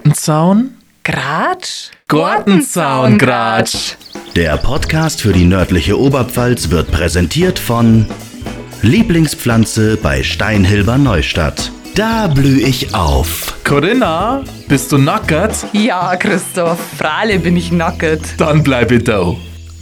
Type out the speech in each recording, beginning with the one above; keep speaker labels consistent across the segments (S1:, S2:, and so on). S1: Gortenzaun?
S2: Gratsch?
S1: Gortenzaungratsch.
S3: Der Podcast für die nördliche Oberpfalz wird präsentiert von Lieblingspflanze bei Steinhilber Neustadt. Da blühe ich auf.
S1: Corinna, bist du nackert?
S2: Ja, Christoph, Frale bin ich nacket.
S1: Dann bleib ich da.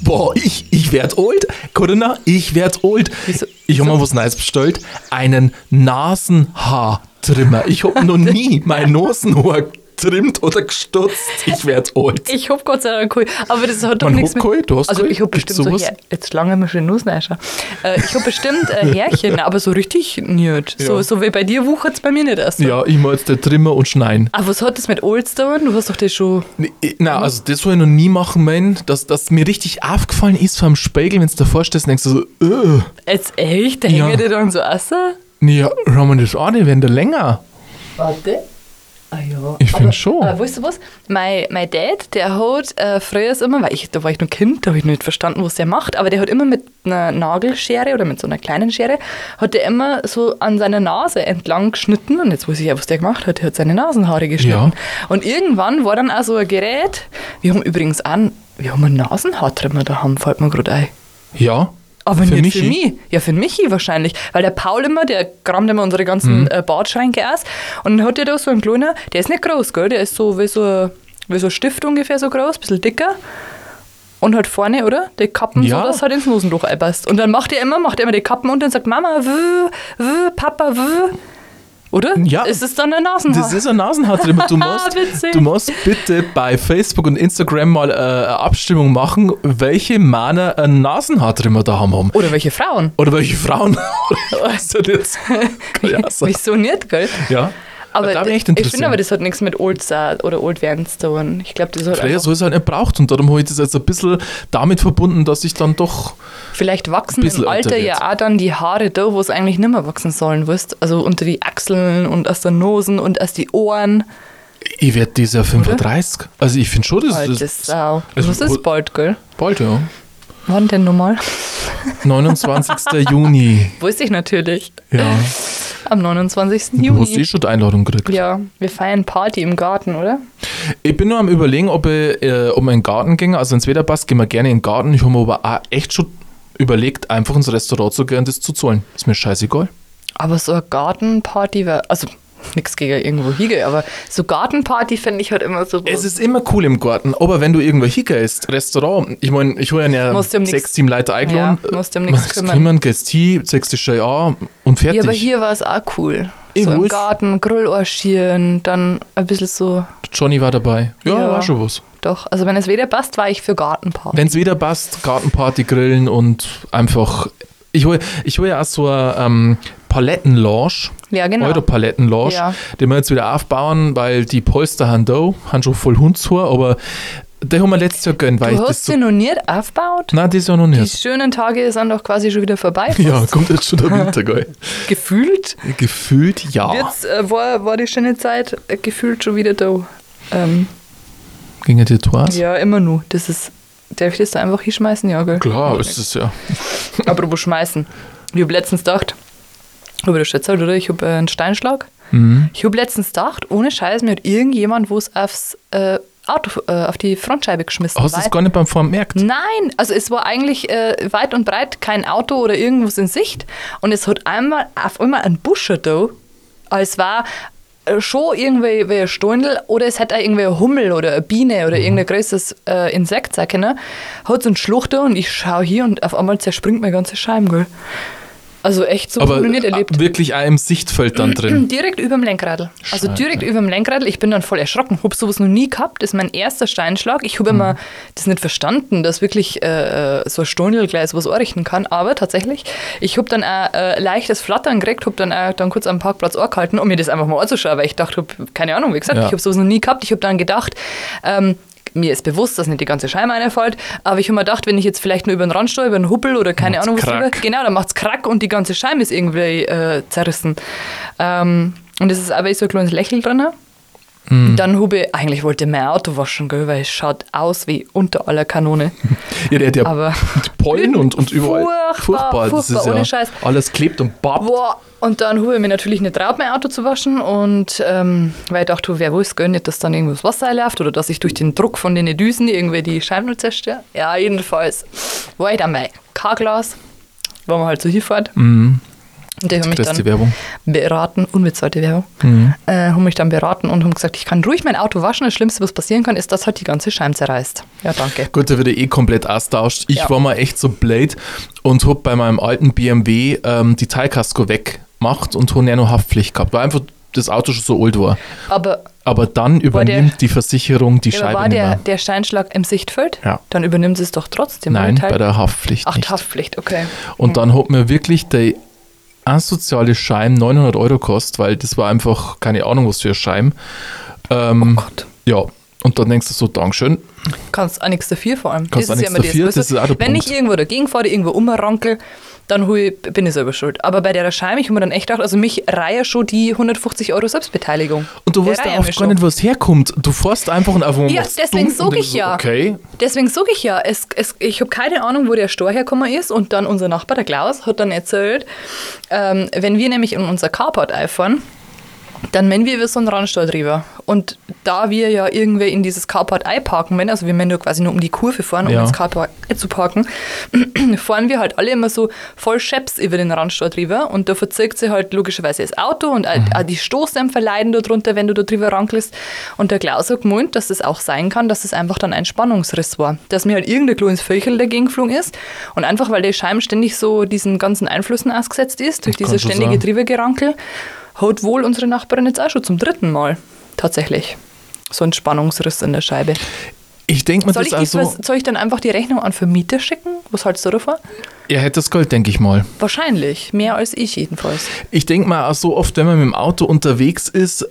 S4: Boah, ich, ich werd old. Corinna, ich werd old.
S2: Wieso-
S4: Ich hab mal was Neues bestellt. Einen Nasenhaartrimmer. Ich hab noch nie mein Nasenhaar getrimmt oder gestutzt. Ich werd old.
S2: Ich hab Gott sei Dank geholt, aber das hat doch
S4: Man
S2: nichts
S4: hat geholt, du hast
S2: Also
S4: geholt.
S2: ich hab
S4: Gibt's
S2: bestimmt so
S4: sowas?
S2: Her jetzt lange mal schön Nussneischer. Äh, ich hab bestimmt äh, Härchen, aber so richtig nicht. So,
S4: Ja.
S2: so wie bei dir wuchert's bei mir nicht erst.
S4: Ja, ich mach jetzt den Trimmer und schneiden.
S2: Aber was hat das mit Oldstone? Du hast doch das schon.
S4: Nee, ich- Na, also das wollte ich noch nie machen, mein, dass, dass mir richtig aufgefallen ist vom Spiegel, wenn du davor stehst, denkst du so, äh,
S2: Jetzt echt? Da
S4: Ja.
S2: hängen die dann so aus?
S4: nee, ja, schau mal das an, die werden da länger.
S2: Warte. Ah ja.
S4: Ich find schon.
S2: Aber weißt du was? Mein, mein Dad, der hat äh, früher ist immer, weil ich, da war ich noch Kind, da habe ich noch nicht verstanden, was der macht, aber der hat immer mit einer Nagelschere oder mit so einer kleinen Schere, hat der immer so an seiner Nase entlang geschnitten und jetzt weiß ich ja, was der gemacht hat, der hat seine Nasenhaare geschnitten. Und irgendwann war dann auch so ein Gerät, wir haben übrigens an, wir haben einen Nasenhaartrimmer daheim, fällt mir gerade ein.
S4: Ja.
S2: Aber nicht für
S4: Michi.
S2: mich. Ja, für den Michi wahrscheinlich. Weil der Paul immer, der kramt immer unsere ganzen
S4: Mhm.
S2: äh, Bartschränke aus. Und dann hat er da so einen kleinen, der ist nicht groß, gell? Der ist so wie so, ein- wie so ein Stift ungefähr so groß, ein bisschen dicker. Und halt vorne, oder? Die Kappen,
S4: Ja.
S2: so dass halt ins Nosenloch einpasst. Und dann macht er immer, macht er immer die Kappen und dann sagt Mama, wuh, wuh, Papa, wuh. Oder?
S4: Ja.
S2: Ist es dann ein Nasenhaar?
S4: Das ist ein Nasenhaartrimmer. Du musst,
S2: Ah, Witzig.
S4: du musst bitte bei Facebook und Instagram mal äh, eine Abstimmung machen, welche Männer einen Nasenhaartrimmer da haben.
S2: oder welche Frauen?
S4: Oder welche Frauen. weißt du Also das? Ja, so.
S2: Wieso nicht, gell?
S4: ja.
S2: Aber
S4: Äh, da bin ich echt
S2: ich
S4: interessiert.
S2: finde aber, das hat nichts mit Old Sa- oder Old werden zu tun. Ich glaube, das hat
S4: Vielleicht
S2: einfach,
S4: so ist es halt nicht braucht und darum habe ich das jetzt ein bisschen damit verbunden, dass ich dann doch.
S2: vielleicht wachsen im
S4: bisschen alter
S2: Alter ja
S4: wird.
S2: auch dann die Haare da, wo es eigentlich nicht mehr wachsen sollen, weißt Also unter die Achseln und aus der Nosen und aus die Ohren.
S4: Ich werde dieses Jahr 35. Also ich finde schon, das,
S2: Alter Sau.
S4: das-
S2: Das ist bald, gell?
S4: bald, ja.
S2: Wann denn nochmal?
S4: 29. Juni.
S2: Wusste ich natürlich.
S4: Ja.
S2: Am 29.
S4: Du hast eh
S2: Juni.
S4: schon die Einladung gekriegt.
S2: Ja, wir feiern Party im Garten, oder?
S4: Ich bin nur am überlegen, ob ich äh, ob wir in den Garten gehen. Also ins Wetter passt, gehen wir gerne in den Garten. Ich habe mir aber auch echt schon überlegt, einfach ins Restaurant zu gehen und das zu zahlen. Ist mir scheißegal.
S2: Aber so eine Gartenparty wäre. Also, nichts gegen irgendwo Hiege, aber so Gartenparty finde ich halt immer so.
S4: Es ist immer cool im Garten, aber wenn du irgendwo hingehst, Restaurant, ich meine, ich hole ja
S2: Musst du um
S4: sechs
S2: nix-
S4: Teamleiter eingeladen.
S2: Ja, musst du um nix
S4: machst
S2: kümmern.
S4: kümmern, gehst hin, zeigst dich schön an und fertig.
S2: Ja, aber hier war es auch cool.
S4: Ich
S2: so im
S4: weiß.
S2: Garten, Grill arschieren, dann ein bisschen so.
S4: Johnny war dabei. Ja,
S2: Ja.
S4: war schon was.
S2: Doch, also wenn es weder passt, war ich für Gartenparty.
S4: Wenn es wieder passt, Gartenparty grillen und einfach. Ich hole ich hol ja auch so eine ähm, Palettenlounge.
S2: Ja, genau.
S4: Europaletten-Lounge,
S2: Ja.
S4: den wir jetzt wieder aufbauen, weil die Polster haben da, haben schon voll Hund zu, aber den haben wir letztes Jahr gönnt, weil
S2: du
S4: ich
S2: hast
S4: das
S2: sie
S4: so.
S2: noch nicht aufgebaut?
S4: Nein, das Jahr noch
S2: Die
S4: nicht.
S2: schönen Tage sind doch quasi schon wieder vorbei.
S4: Ja, kommt jetzt schon der Winter, gell?
S2: Gefühlt,
S4: Gefühlt ja.
S2: jetzt äh, war, war die schöne Zeit äh, gefühlt schon wieder da. Ähm,
S4: Ging ja dir Tours?
S2: ja, immer nur. Das ist. Darf ich das da einfach hinschmeißen? Ja, gell?
S4: Klar, ist es ja.
S2: Apropos schmeißen. Ich habe letztens gedacht, habe ich das schon erzählt, oder? Ich habe äh, einen Steinschlag. Ich habe letztens gedacht, ohne Scheiß, mir hat irgendjemand was aufs äh, Auto, äh, auf die Frontscheibe geschmissen.
S4: Hast du es
S2: Weil-
S4: gar nicht beim Fahren gemerkt?
S2: Nein, also es war eigentlich äh, weit und breit kein Auto oder irgendwas in Sicht. Und es hat einmal auf einmal ein Buscher da. Es war äh, schon irgendwie wie ein Stundel oder es hat auch irgendwie ein Hummel oder eine Biene oder irgendein größeres äh, Insekt sein können. Hat so einen Schlucht da und ich schaue hier und auf einmal zerspringt meine ganze Scheibe, gell? Also echt so
S4: aber
S2: noch nicht erlebt.
S4: äh, wirklich auch im Sichtfeld dann drin.
S2: Direkt über dem Lenkradl.
S4: Scheiße.
S2: Also direkt über dem Lenkradl. Ich bin dann voll erschrocken. Hab sowas noch nie gehabt. Das ist mein erster Steinschlag. Ich
S4: Hm.
S2: habe immer das nicht verstanden, dass wirklich äh, äh, so ein Stundel gleich was anrichten kann. Aber tatsächlich, ich habe dann auch äh, leichtes Flattern gekriegt, habe dann auch dann kurz am Parkplatz angehalten, um mir das einfach mal anzuschauen, weil ich dachte, hab, keine Ahnung, wie gesagt,
S4: Ja.
S2: ich habe sowas noch nie gehabt. Ich habe dann gedacht, ähm, mir ist bewusst, dass nicht die ganze Scheibe reinfällt, aber ich habe mir gedacht, wenn ich jetzt vielleicht nur über den Rand stehe, über den Huppel oder keine
S4: Macht's
S2: Ahnung, was drüber,
S4: krack.
S2: genau, dann macht's krack und die ganze Scheibe ist irgendwie äh, zerrissen. Ähm, und es ist aber so ein kleines Lächeln drin. Dann habe ich, eigentlich wollte ich mein Auto waschen, gell, weil es schaut aus wie unter aller Kanone.
S4: Ja, der hat ja
S2: Aber-
S4: Pollen und, und überall.
S2: Furchtbar,
S4: das ist
S2: furchtbar,
S4: ja
S2: ohne Scheiß.
S4: Alles klebt und babt.
S2: Boah, und dann habe ich mir natürlich nicht traut, mein Auto zu waschen. Und ähm, weil ich dachte, wer weiß, gönnt nicht, dass dann irgendwas Wasser läuft oder dass ich durch den Druck von den Düsen irgendwie die Scheiben zerstöre. Ja, jedenfalls war ich dann bei Carglass, wo man halt so hinfährt. Und die haben mich
S4: Das ist die
S2: dann
S4: Werbung.
S2: beraten, unbezahlte Werbung,
S4: Mhm.
S2: äh, haben mich dann beraten und haben gesagt, ich kann ruhig mein Auto waschen. Das Schlimmste, was passieren kann, ist, dass halt die ganze Scheibe zerreißt. Ja, danke.
S4: Gut, da wird eh komplett austauscht. Ich
S2: Ja.
S4: war mal echt so blöd und hab bei meinem alten BMW ähm, die Teilkasko weggemacht und hab nur Haftpflicht gehabt, weil einfach das Auto schon so alt war.
S2: Aber
S4: Aber dann übernimmt
S2: der-
S4: die Versicherung die
S2: ja,
S4: Scheibe
S2: war
S4: nicht
S2: der,
S4: mehr.
S2: der Steinschlag im Sichtfeld?
S4: Ja.
S2: Dann übernimmt es doch trotzdem.
S4: Nein,
S2: oder? Teil-
S4: bei der Haftpflicht
S2: Ach,
S4: nicht.
S2: Haftpflicht, okay.
S4: Und dann hat mir wirklich der asoziale Scheim 900 Euro kostet, weil das war einfach keine Ahnung, was für ein Scheim. Ähm,
S2: Oh Gott.
S4: ja, und dann denkst du so, Dankeschön.
S2: Kannst auch nichts dafür vor allem.
S4: Kannst auch nichts
S2: immer das
S4: dafür, das
S2: Böse.
S4: ist auch der
S2: Wenn
S4: Punkt.
S2: ich irgendwo dagegen fahre, irgendwo umrankel, dann hui, bin ich selber schuld. Aber bei der Scheibe, ich habe mir dann echt gedacht, also mich reihe schon die 150 Euro Selbstbeteiligung.
S4: Und du
S2: Der
S4: weißt
S2: reihe
S4: ja
S2: mir
S4: oft gar
S2: schon.
S4: nicht, was herkommt. Du fährst einfach und einfach
S2: Ja,
S4: machst
S2: deswegen
S4: dumm und
S2: sag
S4: denkst
S2: ich
S4: so,
S2: ja.
S4: Okay,
S2: Deswegen sage ich ja, es, es, ich habe keine Ahnung, wo der Stor hergekommen ist. Und dann unser Nachbar, der Klaus, hat dann erzählt, ähm, wenn wir nämlich in unser Carport einfahren, dann mennen wir über so einen Randstall drüber. Und da wir ja irgendwie in dieses Carport einparken, wenn, also wir mennen ja quasi nur um die Kurve fahren, um
S4: Ja.
S2: ins Carport zu parken, fahren wir halt alle immer so voll Scheps über den Randstall drüber. Und da verzirkt sich halt logischerweise das Auto und auch, auch die Stoßdämpfer leiden da drunter, wenn du da drüber rankelst. Und der Klaus hat gemeint, dass es das auch sein kann, dass es das einfach dann ein Spannungsriss war. Dass mir halt irgendein Klo ins Vöchel dagegen geflogen ist. Und einfach, weil der Scheim ständig so diesen ganzen Einflüssen ausgesetzt ist, durch
S4: Kann
S2: dieses
S4: schon
S2: ständige
S4: sein.
S2: Drübergerankel haut wohl unsere Nachbarin jetzt auch schon zum dritten Mal. Tatsächlich. So ein Spannungsriss in der Scheibe.
S4: ich denke mir
S2: Soll
S4: das
S2: ich,
S4: also,
S2: was, soll ich dann einfach die Rechnung an Vermieter schicken? Was haltst du davon?
S4: ihr hättet das Gold, denke ich mal.
S2: Wahrscheinlich. Mehr als ich jedenfalls.
S4: Ich denke mal auch so oft, wenn man mit dem Auto unterwegs ist,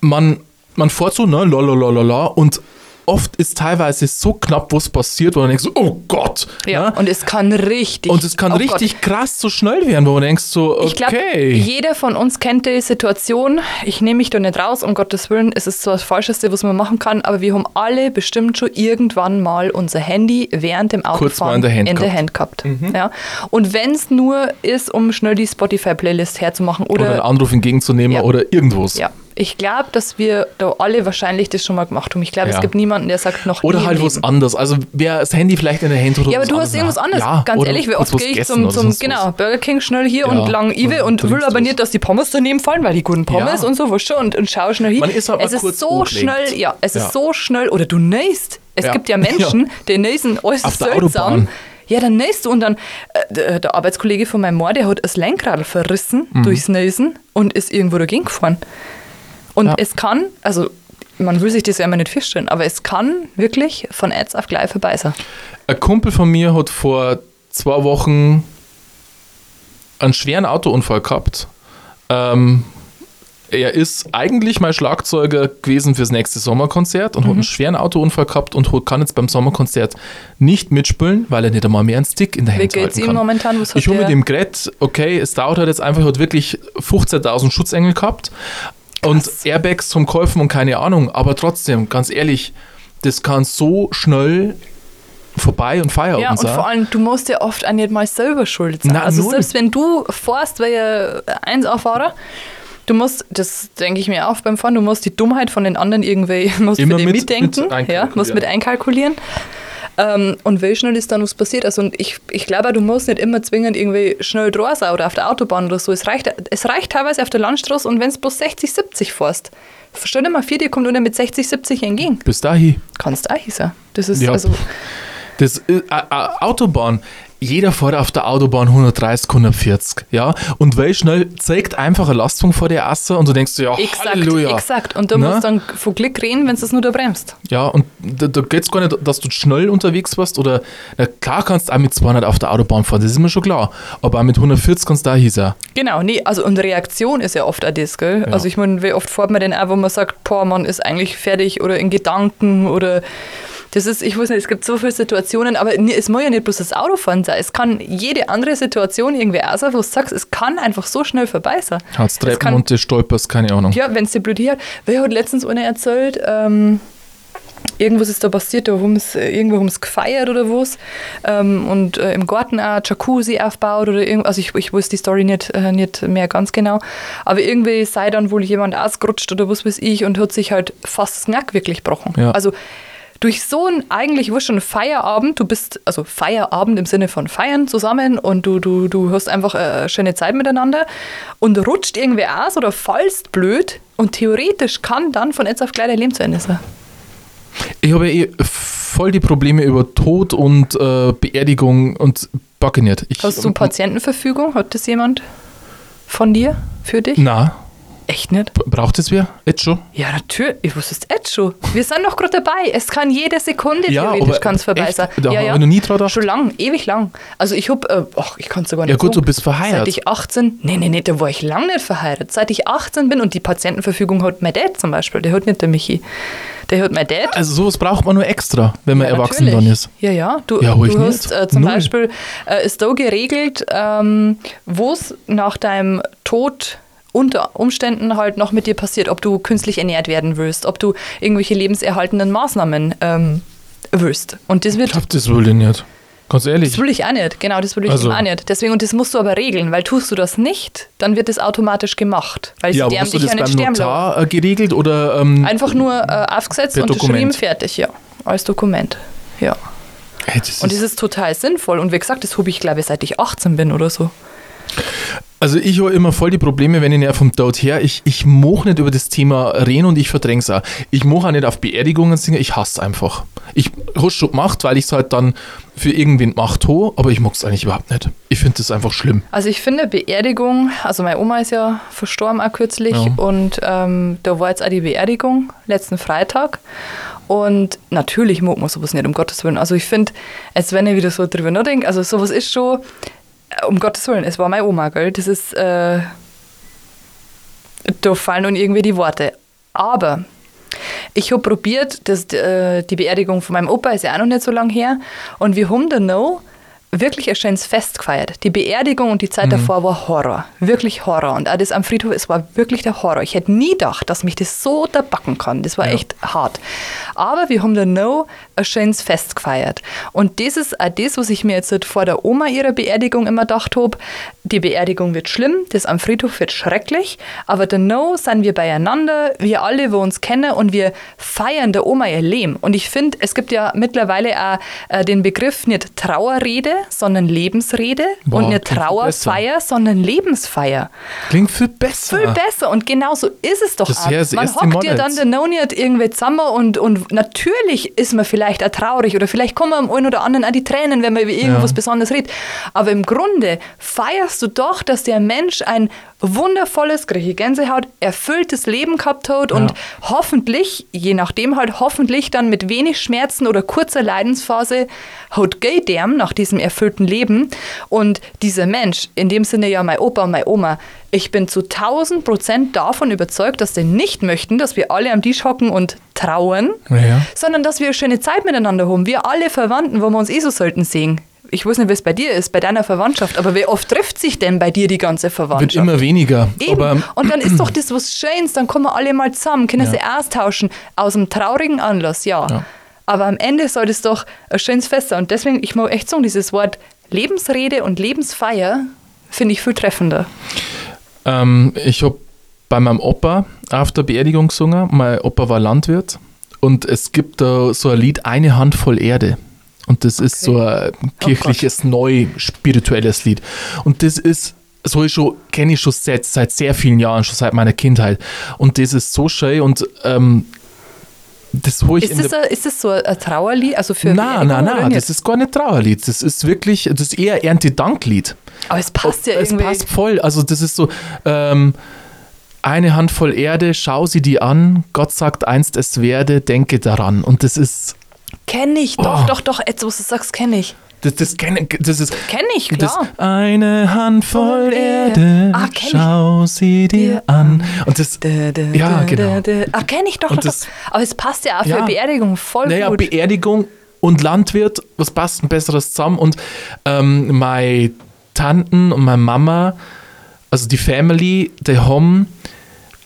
S4: man, man fährt so, ne, lalalala, und oft ist teilweise so knapp, was passiert, wo man denkt so, oh Gott.
S2: Ja.
S4: ne?
S2: Und es kann richtig.
S4: Und es kann
S2: oh Gott.
S4: richtig krass so schnell werden, wo man denkt so,
S2: Ich glaube,
S4: okay.
S2: jeder von uns kennt die Situation. Ich nehme mich da nicht raus, um Gottes Willen. Es ist zwar das Falscheste, was man machen kann, aber wir haben alle bestimmt schon irgendwann mal unser Handy während dem Autofahren
S4: mal in der Hand gehabt.
S2: gehabt. Ja? Und wenn es nur ist, um schnell die Spotify-Playlist herzumachen oder,
S4: oder einen Anruf entgegenzunehmen
S2: Ja.
S4: oder irgendwas.
S2: ja. Ich glaube, dass wir da alle wahrscheinlich das schon mal gemacht haben. Ich glaube,
S4: Ja.
S2: es gibt niemanden, der sagt noch nie
S4: Oder
S2: im
S4: halt
S2: Leben.
S4: was anderes. Also wer das Handy vielleicht in der Hand hat oder
S2: Ja, aber
S4: was
S2: du hast irgendwas
S4: anderes
S2: anderes.
S4: Ja,
S2: Ganz
S4: oder
S2: ehrlich, wie
S4: kurz
S2: oft
S4: was
S2: gehe ich
S4: gegessen
S2: zum,
S4: oder
S2: zum
S4: sonst was.
S2: genau, Burger King schnell
S4: Ja,
S2: hier und lang Iwe
S4: und
S2: und will
S4: trinkst
S2: aber
S4: was.
S2: nicht, dass die Pommes daneben fallen, weil die guten Pommes
S4: Ja.
S2: und so was schon und, und schau schnell hin.
S4: Man ist halt mal
S2: es ist
S4: kurz
S2: so
S4: angelenkt.
S2: schnell, ja, es
S4: Ja.
S2: ist so schnell. Oder du nähst. Es
S4: Ja.
S2: gibt ja Menschen, die näsen alles
S4: Auf der
S2: seltsam.
S4: Autobahn.
S2: Ja, dann nähst du und dann, äh, der- der Arbeitskollege von meinem Mann, der hat das Lenkrad verrissen
S4: Mhm.
S2: durchs Näsen und ist irgendwo dagegen gefahren. Und
S4: Ja.
S2: es kann, also man will sich das ja immer nicht feststellen, aber es kann wirklich von Ads auf gleich vorbei sein.
S4: Ein Kumpel von mir hat vor zwei Wochen einen schweren Autounfall gehabt. Ähm, er ist eigentlich mein Schlagzeuger gewesen fürs nächste Sommerkonzert und hat
S2: Mhm.
S4: einen schweren Autounfall gehabt und hat- kann jetzt beim Sommerkonzert nicht mitspielen, weil er nicht einmal mehr einen Stick in der Hand
S2: Wie geht's
S4: halten
S2: ihm
S4: kann.
S2: momentan? Was hat
S4: ich habe mit
S2: der-
S4: ihm geredet, okay, es dauert halt jetzt einfach, hat wirklich 15.000 Schutzengel gehabt und Airbags zum Käufen und keine Ahnung, aber trotzdem, ganz ehrlich, das kann so schnell vorbei und Feierabend
S2: Ja, und
S4: sein.
S2: vor allem, du musst ja oft auch nicht mal selber schuld sein.
S4: Na,
S2: also
S4: null.
S2: selbst wenn du fährst, weil ja eins auffahrer, du musst, das denke ich mir auch beim Fahren, du musst die Dummheit von den anderen irgendwie, musst
S4: Immer
S2: mit dem
S4: mit-
S2: mitdenken,
S4: mit
S2: ja,
S4: einkalkulieren.
S2: musst mit einkalkulieren. Ähm, und wie schnell ist dann was passiert? Also und ich, ich glaube, auch, du musst nicht immer zwingend irgendwie schnell dran sein oder auf der Autobahn oder so. Es reicht, es reicht teilweise auf der Landstraße und wenn es bloß 60, 70 fährst, stell dir mal vor, dir kommt einer mit 60, 70 entgegen.
S4: Bis dahin.
S2: Kannst auch sein. Das ist
S4: Ja.
S2: also
S4: Das ist, a- a- Autobahn. Jeder fährt auf der Autobahn 130, 140, ja. Und weil schnell zeigt einfach eine Lastung vor der Asse und du denkst dir, ja,
S2: Exakt,
S4: Halleluja.
S2: exakt. Und da
S4: Ne?
S2: musst du dann von Glück reden, wenn du es nur da bremst.
S4: Ja, und da, da geht es gar nicht, dass du schnell unterwegs warst oder, na klar kannst du auch mit 200 auf der Autobahn fahren, das ist mir schon klar. Aber auch mit 140 kannst du da sein.
S2: Genau, nee, also und Reaktion ist ja oft auch das, gell? Also ich meine, wie oft fährt man denn auch, wo man sagt, boah, man ist eigentlich fertig oder in Gedanken oder Das ist, ich weiß nicht, es gibt so viele Situationen, aber ni- es muss ja nicht bloß das Autofahren sein. Es kann jede andere Situation irgendwie auch sein, wo du sagst, es kann einfach so schnell vorbei sein.
S4: Hat's
S2: Es kann-
S4: Treppen und das stolperst, keine Ahnung.
S2: ja, wenn es dir blöd hier hat. Wer hat letztens ohne erzählt, ähm, irgendwas ist da passiert, da haben's, äh, irgendwo haben sie gefeiert oder was. Ähm, und äh, im Garten auch Jacuzzi aufgebaut oder irgendwas. Also ich, ich weiß die Story nicht, äh, nicht mehr ganz genau. Aber irgendwie sei dann wohl jemand ausgerutscht oder was weiß ich und hat sich halt fast das Knack wirklich gebrochen.
S4: Ja.
S2: Also durch so ein eigentlich wurscht schon Feierabend, du bist, also Feierabend im Sinne von Feiern zusammen und du, du, du hast einfach eine schöne Zeit miteinander und rutscht irgendwer aus oder fallst blöd und theoretisch kann dann von jetzt auf gleich dein Leben zu Ende sein.
S4: Ich habe ja eh voll die Probleme über Tod und äh, Beerdigung und packe nicht. Ich,
S2: Hast du Patientenverfügung? Hat das jemand von dir? Für dich?
S4: Na,
S2: Echt nicht?
S4: braucht es wer? Jetzt schon?
S2: Ja, natürlich. Ich wusste es jetzt schon. Wir sind doch gerade dabei. Es kann jede Sekunde
S4: Ja, aber
S2: theoretisch kann's vorbei
S4: echt?
S2: sein.
S4: Da hab ich noch nie dran gedacht.
S2: Schon lang, ewig lang. Also ich hab, äh, ach, ich kann es sogar nicht
S4: Ja gut, du
S2: sagen.
S4: bist verheiratet.
S2: Seit ich 18, nee, nee, nee, da war ich lang nicht verheiratet. Seit ich 18 bin und die Patientenverfügung hat mein Dad zum Beispiel, der hat nicht der Michi. Der hat mein Dad.
S4: Also sowas braucht man nur extra, wenn man
S2: Ja,
S4: erwachsen
S2: natürlich.
S4: dann ist.
S2: Ja, ja. Du,
S4: Ja, hol ich
S2: du hast
S4: nicht.
S2: äh, zum
S4: Null.
S2: Beispiel, äh, ist so geregelt, ähm, wo es nach deinem Tod unter Umständen halt noch mit dir passiert, ob du künstlich ernährt werden willst, ob du irgendwelche lebenserhaltenden Maßnahmen ähm, willst. Und das
S4: Ich
S2: wird.
S4: hab das will ich nicht. Ganz ehrlich.
S2: Das will ich auch nicht, genau, das will ich
S4: Also-
S2: eben auch nicht. Deswegen, und das musst du aber regeln, weil tust du das nicht, dann wird das automatisch gemacht. Weil
S4: ja,
S2: sie
S4: aber
S2: deren
S4: hast du
S2: dich ja
S4: das
S2: nicht
S4: beim
S2: sterben lassen.
S4: Notar äh, geregelt oder ähm,
S2: Einfach nur äh, aufgesetzt,
S4: Per
S2: unterschrieben,
S4: Dokument.
S2: fertig, ja. Als Dokument. Ja.
S4: ey, das
S2: Und
S4: ist-
S2: das ist total sinnvoll. Und wie gesagt, das habe ich, glaube ich, seit ich 18 bin oder so.
S4: Also ich habe immer voll die Probleme, wenn ich näher vom Tod her, ich, ich moch nicht über das Thema reden und ich verdräng's auch. Ich moch auch nicht auf Beerdigungen singen, ich hasse einfach. Ich hab's schon gemacht, weil ich's halt dann für irgendwen gemacht habe, aber ich mag's eigentlich überhaupt nicht. Ich finde das einfach schlimm.
S2: Also ich finde Beerdigung, also meine Oma ist ja verstorben auch kürzlich
S4: Ja.
S2: und ähm, da war jetzt auch die Beerdigung letzten Freitag. Und natürlich mag man sowas nicht, um Gottes Willen. Also ich finde, als wenn ich wieder so drüber nachdenke, also sowas ist schon, äh, um Gottes Willen, es war meine Oma, gell? Das ist, äh, da fallen nun irgendwie die Worte. Aber Ich habe probiert, dass äh, die Beerdigung von meinem Opa ist ja auch noch nicht so lange her. Und wir haben da noch wirklich ein schönes Fest gefeiert. Die Beerdigung und die Zeit davor war Horror. Wirklich Horror. Und alles am Friedhof, es war wirklich der Horror. Ich hätte nie gedacht, dass mich das so da backen kann. Das war echt hart. Aber wir haben da noch ein schönes Fest gefeiert. Und das ist auch das, was ich mir jetzt halt vor der Oma ihrer Beerdigung immer gedacht habe. Die Beerdigung wird schlimm, das am Friedhof wird schrecklich, aber dann no sind wir beieinander, wir alle, wo uns kennen und wir feiern der Oma ihr Leben. Und ich finde, es gibt ja mittlerweile auch äh, den Begriff nicht Trauerrede, sondern Lebensrede
S4: Boah,
S2: und nicht
S4: klingt viel
S2: Trauerfeier, sondern Lebensfeier
S4: Klingt viel besser.
S2: viel besser. Und genau so ist es doch
S4: Das
S2: auch.
S4: wär das
S2: Man
S4: erste
S2: hockt
S4: Mal
S2: ja dann
S4: jetzt.
S2: der Noniert irgendwie zusammen und, und natürlich ist man vielleicht auch traurig oder vielleicht kommen am einen oder anderen auch die Tränen, wenn man über irgendwas Besonderes redet. Aber im Grunde feierst du doch, dass der Mensch ein wundervolles, griechische Gänsehaut, erfülltes Leben gehabt hat und hoffentlich, je nachdem halt, hoffentlich dann mit wenig Schmerzen oder kurzer Leidensphase haut gay dem nach diesem erfüllten Leben. Und dieser Mensch, in dem Sinne ja mein Opa und meine Oma, ich bin zu 1000 Prozent davon überzeugt, dass sie nicht möchten, dass wir alle am Tisch hocken und trauern,
S4: Ja.
S2: sondern dass wir eine schöne Zeit miteinander haben. Wir alle Verwandten, wo wir uns eh so selten sehen. Ich weiß nicht, wie es bei dir ist, bei deiner Verwandtschaft, aber wie oft trifft sich denn bei dir die ganze
S4: Wird
S2: Verwandtschaft?
S4: immer weniger.
S2: Eben.
S4: Aber ähm,
S2: und dann ist doch das was Schönes, dann kommen wir alle mal zusammen, können sie austauschen. Aus einem traurigen Anlass, ja.
S4: Ja.
S2: Aber am Ende soll das doch ein schönes Fest sein. Und deswegen, ich mag echt sagen, dieses Wort Lebensrede und Lebensfeier finde ich viel treffender.
S4: Ähm, ich habe bei meinem Opa auf der Beerdigung gesungen. Mein Opa war Landwirt und es gibt da so ein Lied, eine Handvoll Erde. Und das ist so
S2: Oh
S4: ein kirchliches, neu spirituelles Lied. Und das ist, so ich schon, kenne ich schon seit, seit sehr vielen Jahren, schon seit meiner Kindheit. Und das ist so schön und ähm, das hole ich in
S2: Ist das,
S4: der
S2: ein, ist das so ein Trauerlied? Also für
S4: Nein,
S2: Beerdigung
S4: nein,
S2: oder
S4: nein,
S2: nicht?
S4: das ist gar nicht Trauerlied. Das ist wirklich, das ist eher Erntedanklied.
S2: Aber es passt ja
S4: Oh, es
S2: irgendwie.
S4: passt voll. Also das ist so ähm, eine Handvoll Erde, schau sie dir an. Gott sagt einst, es werde, denke daran. Und das ist
S2: Kenne ich doch,
S4: Oh.
S2: doch, doch, etwas, was du sagst, kenne ich.
S4: Das, das, kenn- das ist.
S2: Kenn ich,
S4: Das
S2: klar.
S4: eine Handvoll Erde,
S2: Ah, kenn ich.
S4: schau sie dir an. Und das,
S2: Dä, dä,
S4: Ja,
S2: dä,
S4: genau.
S2: dä, dä. Ach, kenne ich doch,
S4: Und
S2: doch,
S4: das-
S2: doch. Aber es passt ja auch für
S4: Ja.
S2: Beerdigung voll
S4: naja,
S2: gut.
S4: Beerdigung und Landwirt, was passt ein besseres zusammen? Und ähm, meine Tanten und meine Mama, also die Family, die haben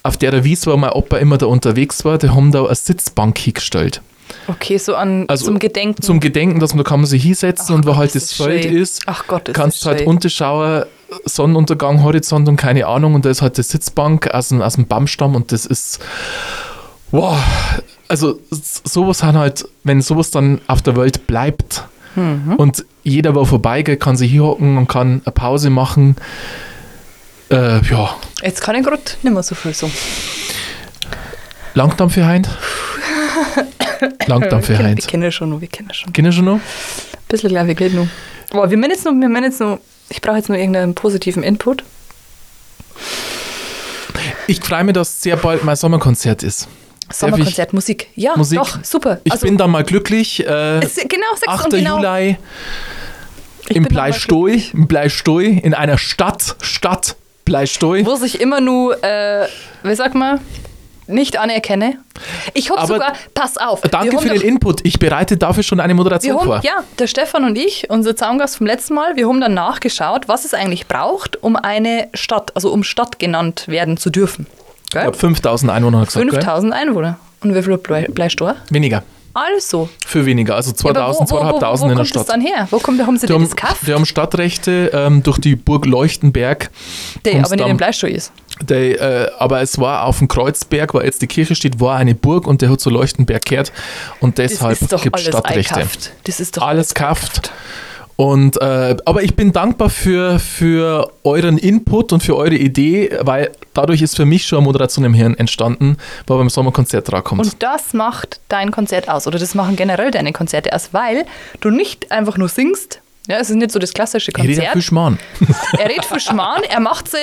S4: auf der Wiese, wo mein Opa immer da unterwegs war, die haben da eine Sitzbank hingestellt.
S2: okay, so an,
S4: Also
S2: zum Gedenken.
S4: Zum Gedenken, dass man da kann man sich hinsetzen
S2: Ach
S4: und wo
S2: Gott,
S4: halt
S2: das
S4: das
S2: ist
S4: Feld
S2: schön.
S4: ist,
S2: Ach Gott, das
S4: kannst
S2: ist
S4: halt
S2: schön.
S4: unterschauen, Sonnenuntergang, Horizont und keine Ahnung und da ist halt die Sitzbank aus dem, aus dem Baumstamm und das ist, wow, also s- sowas hat halt, wenn sowas dann auf der Welt bleibt
S2: Mhm.
S4: und jeder, der vorbeigeht, kann sich hier hocken und kann eine Pause machen, äh, ja,
S2: Jetzt kann ich gerade nicht mehr so viel sagen.
S4: langt dann für heint? langt dann für
S2: Wir
S4: heint?
S2: kennen schon noch, wir kennen schon.
S4: Gehen wir schon noch?
S2: Ein bisschen gleich, wir gehen noch. Boah, wir meinen jetzt noch, wir meinen jetzt noch, ich brauche jetzt nur irgendeinen positiven Input.
S4: Ich freue mich, dass sehr bald mein Sommerkonzert ist.
S2: Sommerkonzert, Musik. Ja,
S4: Musik.
S2: doch, super.
S4: Ich
S2: Also,
S4: bin da mal glücklich. Äh,
S2: es- genau, sechs
S4: 8.
S2: und genau.
S4: Juli
S2: Ich
S4: im
S2: bin da mal
S4: Bleistoi, im Bleistoi, in einer Stadt, Stadt, Bleistoi.
S2: wo ich immer nur, äh, wie sagt man, nicht anerkenne. Ich hoffe
S4: Aber-
S2: sogar, pass auf.
S4: Äh, Danke
S2: wir
S4: für
S2: haben
S4: den
S2: doch-
S4: Input. Ich bereite dafür schon eine Moderation
S2: wir
S4: vor.
S2: haben, Ja, der Stefan und ich, unser Zaungast vom letzten Mal, wir haben dann nachgeschaut, was es eigentlich braucht, um eine Stadt, also um Stadt genannt werden zu dürfen.
S4: Ich
S2: Gell?
S4: habe 5000 Einwohner gesagt.
S2: 5000 Einwohner. Und wie viel Blei- Bleistor?
S4: Gell? Weniger.
S2: Also.
S4: Für weniger. Also 2000,
S2: Aber wo, wo, wo, wo, wo
S4: 2500 in der
S2: kommt das
S4: Stadt.
S2: dann her? Wo kommt, haben
S4: Die
S2: sie denn
S4: haben,
S2: das gekauft?
S4: die haben Stadtrechte ähm, durch die Burg Leuchtenberg.
S2: Der
S4: Haben's
S2: aber nicht
S4: dann-
S2: im Bleistor ist.
S4: Die, äh, aber es war auf dem Kreuzberg, wo jetzt die Kirche steht, war eine Burg und der hat zu Leuchtenberg gehört. Und deshalb
S2: ist doch
S4: gibt es
S2: alles
S4: Stadtrechte.
S2: eingekauft. Das ist doch
S4: alles kauft. Und äh, aber ich bin dankbar für, für euren Input und für eure Idee, weil dadurch ist für mich schon eine Moderation im Hirn entstanden, weil beim Sommerkonzert dran kommt.
S2: Und das macht dein Konzert aus oder das machen generell deine Konzerte aus, weil du nicht einfach nur singst. Ja, es ist nicht so das klassische
S4: ich rede ja viel
S2: Konzert.
S4: Schmarrn.
S2: Er redet für Schmarrn, er macht sie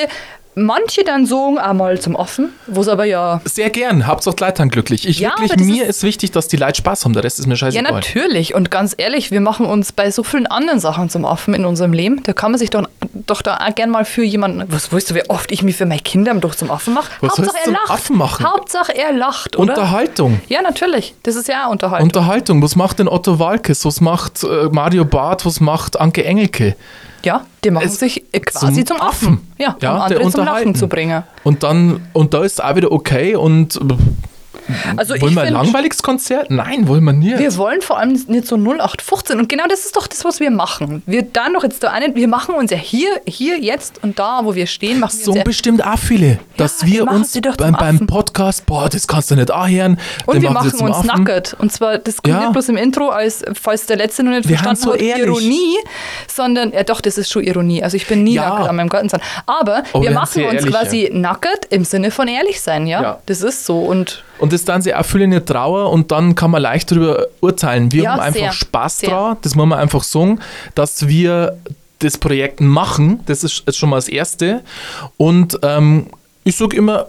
S2: manche dann so einmal zum Offen, wo es aber ja.
S4: Sehr gern, hab's auch die Leute dann glücklich. Ich
S2: Ja,
S4: wirklich,
S2: aber das
S4: mir
S2: ist-
S4: ist, wichtig, dass die Leute Spaß haben, der Rest ist mir
S2: Ja,
S4: scheißegal.
S2: natürlich. Und ganz ehrlich, wir machen uns bei so vielen anderen Sachen zum Affen in unserem Leben. Da kann man sich doch, doch da auch gern mal für jemanden. Was weißt du, wie oft ich mich für meine Kinder doch zum Affen mache?
S4: Was sollst du zum Affen machen?
S2: Hauptsache er lacht, oder?
S4: Unterhaltung.
S2: ja, natürlich. Das ist ja auch Unterhaltung.
S4: Äh, Unterhaltung, was macht denn Otto Walkes, was macht äh, Mario Barth, was macht Anke Engelke?
S2: Ja, die machen
S4: Es-
S2: sich äh, quasi zum, Affen. Ja, um
S4: der
S2: andere zum
S4: unterhalten.
S2: Lachen zu bringen.
S4: Und dann, und da ist auch wieder okay und äh,
S2: Also
S4: wollen
S2: ich
S4: wir ein
S2: find,
S4: langweiliges Konzert? Nein, wollen wir nicht.
S2: wir wollen vor allem nicht so 0815 und genau das ist doch das, was wir machen. Wir dann doch jetzt da einen, wir machen uns ja hier, hier, jetzt und da, wo wir stehen, machen wir
S4: so
S2: uns ja,
S4: bestimmt auch viele, dass
S2: die
S4: wir
S2: machen
S4: uns
S2: sie doch zum
S4: beim, beim
S2: Affen.
S4: Podcast, boah, das kannst du nicht anhören.
S2: und
S4: den
S2: wir
S4: sie
S2: machen
S4: zum
S2: uns
S4: Affen.
S2: nackert. Und zwar, das kommt
S4: Ja.
S2: nicht bloß im Intro, als falls der Letzte noch nicht
S4: Wir haben
S2: verstanden
S4: so
S2: hat,
S4: ehrlich.
S2: Ironie, sondern, ja doch, das ist schon Ironie. Also ich bin nie
S4: Ja.
S2: nackert an meinem Gartenzahn. Aber
S4: Aber
S2: wir
S4: wir haben
S2: machen
S4: sehr
S2: uns
S4: ehrlich,
S2: quasi nackert im Sinne von ehrlich sein, ja?
S4: Ja.
S2: Das ist so und
S4: Und das dann sie auch viele nicht Trauer und dann kann man leicht darüber urteilen. Wir
S2: Ja,
S4: haben einfach
S2: sehr,
S4: Spaß
S2: sehr.
S4: dran, das muss man einfach sagen, dass wir das Projekt machen, das ist jetzt schon mal das Erste. Und ähm, ich sage immer,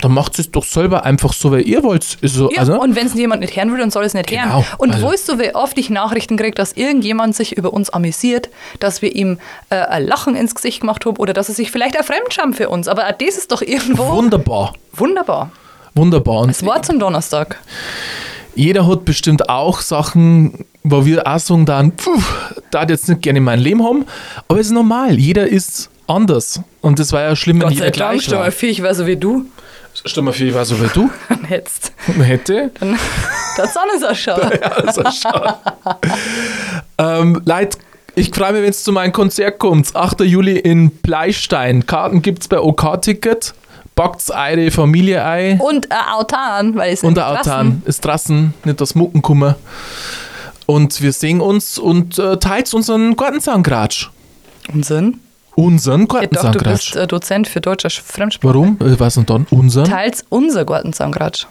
S4: dann macht es doch selber einfach so, wie ihr wollt. Ist so,
S2: Ja,
S4: also,
S2: und wenn es jemand nicht hören will, dann soll es nicht
S4: Genau,
S2: hören. Und
S4: also-
S2: wo ist so, wie oft ich Nachrichten kriege, dass irgendjemand sich über uns amüsiert, dass wir ihm äh, ein Lachen ins Gesicht gemacht haben oder dass er sich vielleicht auch fremdscham für uns. Aber auch Also das ist doch irgendwo
S4: wunderbar.
S2: wunderbar.
S4: Wunderbar. Und
S2: Das war zum Donnerstag.
S4: jeder hat bestimmt auch Sachen, wo wir auch sagen, dann, pff, da hat jetzt nicht gerne mein Leben haben, aber es ist normal. Jeder ist anders. Und das war ja schlimm, wenn
S2: Gott sei
S4: jeder
S2: Dank,
S4: gleich
S2: schon
S4: war.
S2: mal viel, ich war so wie du.
S4: Stimmt mal für, ich weiß, ob du
S2: Dann hättest
S4: hätte.
S2: der Sonnensaschau.
S4: Also schau. ähm, Leute, ich freue mich, wenn es zu meinem Konzert kommt. 8. Juli in Bleistein. Karten gibt es bei OK-Ticket. Backt's eure Familie ein.
S2: Und ein Autan, weil es
S4: Und der Autan ist draußen, nicht das Muckenkummer. Und wir sehen uns und äh, teilt unseren Gartenzahnkratsch.
S2: Unsinn.
S4: Unseren
S2: Ja, doch, du bist
S4: Gartenzahnkratsch.
S2: äh, Dozent für deutsche Sch- Fremdsprache.
S4: Warum? Äh, was denn dann? Unseren?
S2: Teils unser Gartenzaungratsch.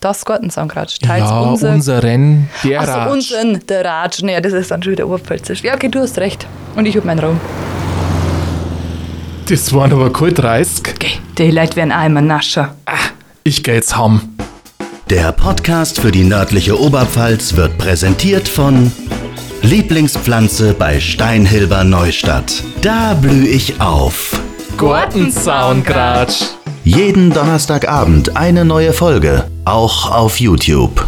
S2: Das Gartenzaungratsch. Teils
S4: ja,
S2: unser
S4: unseren. Der
S2: Achso,
S4: Ratsch.
S2: unseren, der Ratsch. Naja, das ist dann schon wieder oberpfälzisch. Ja, okay, du hast recht. Und ich hab meinen Raum.
S4: Das waren aber keine 30.
S2: Okay, die Leute werden auch immer nascher.
S4: Ich geh jetzt heim.
S3: Der Podcast für die nördliche Oberpfalz wird präsentiert von Lieblingspflanze bei Steinhilber Neustadt. Da blühe ich auf.
S4: Gartenzaungratsch.
S3: Jeden Donnerstagabend eine neue Folge, auch auf YouTube.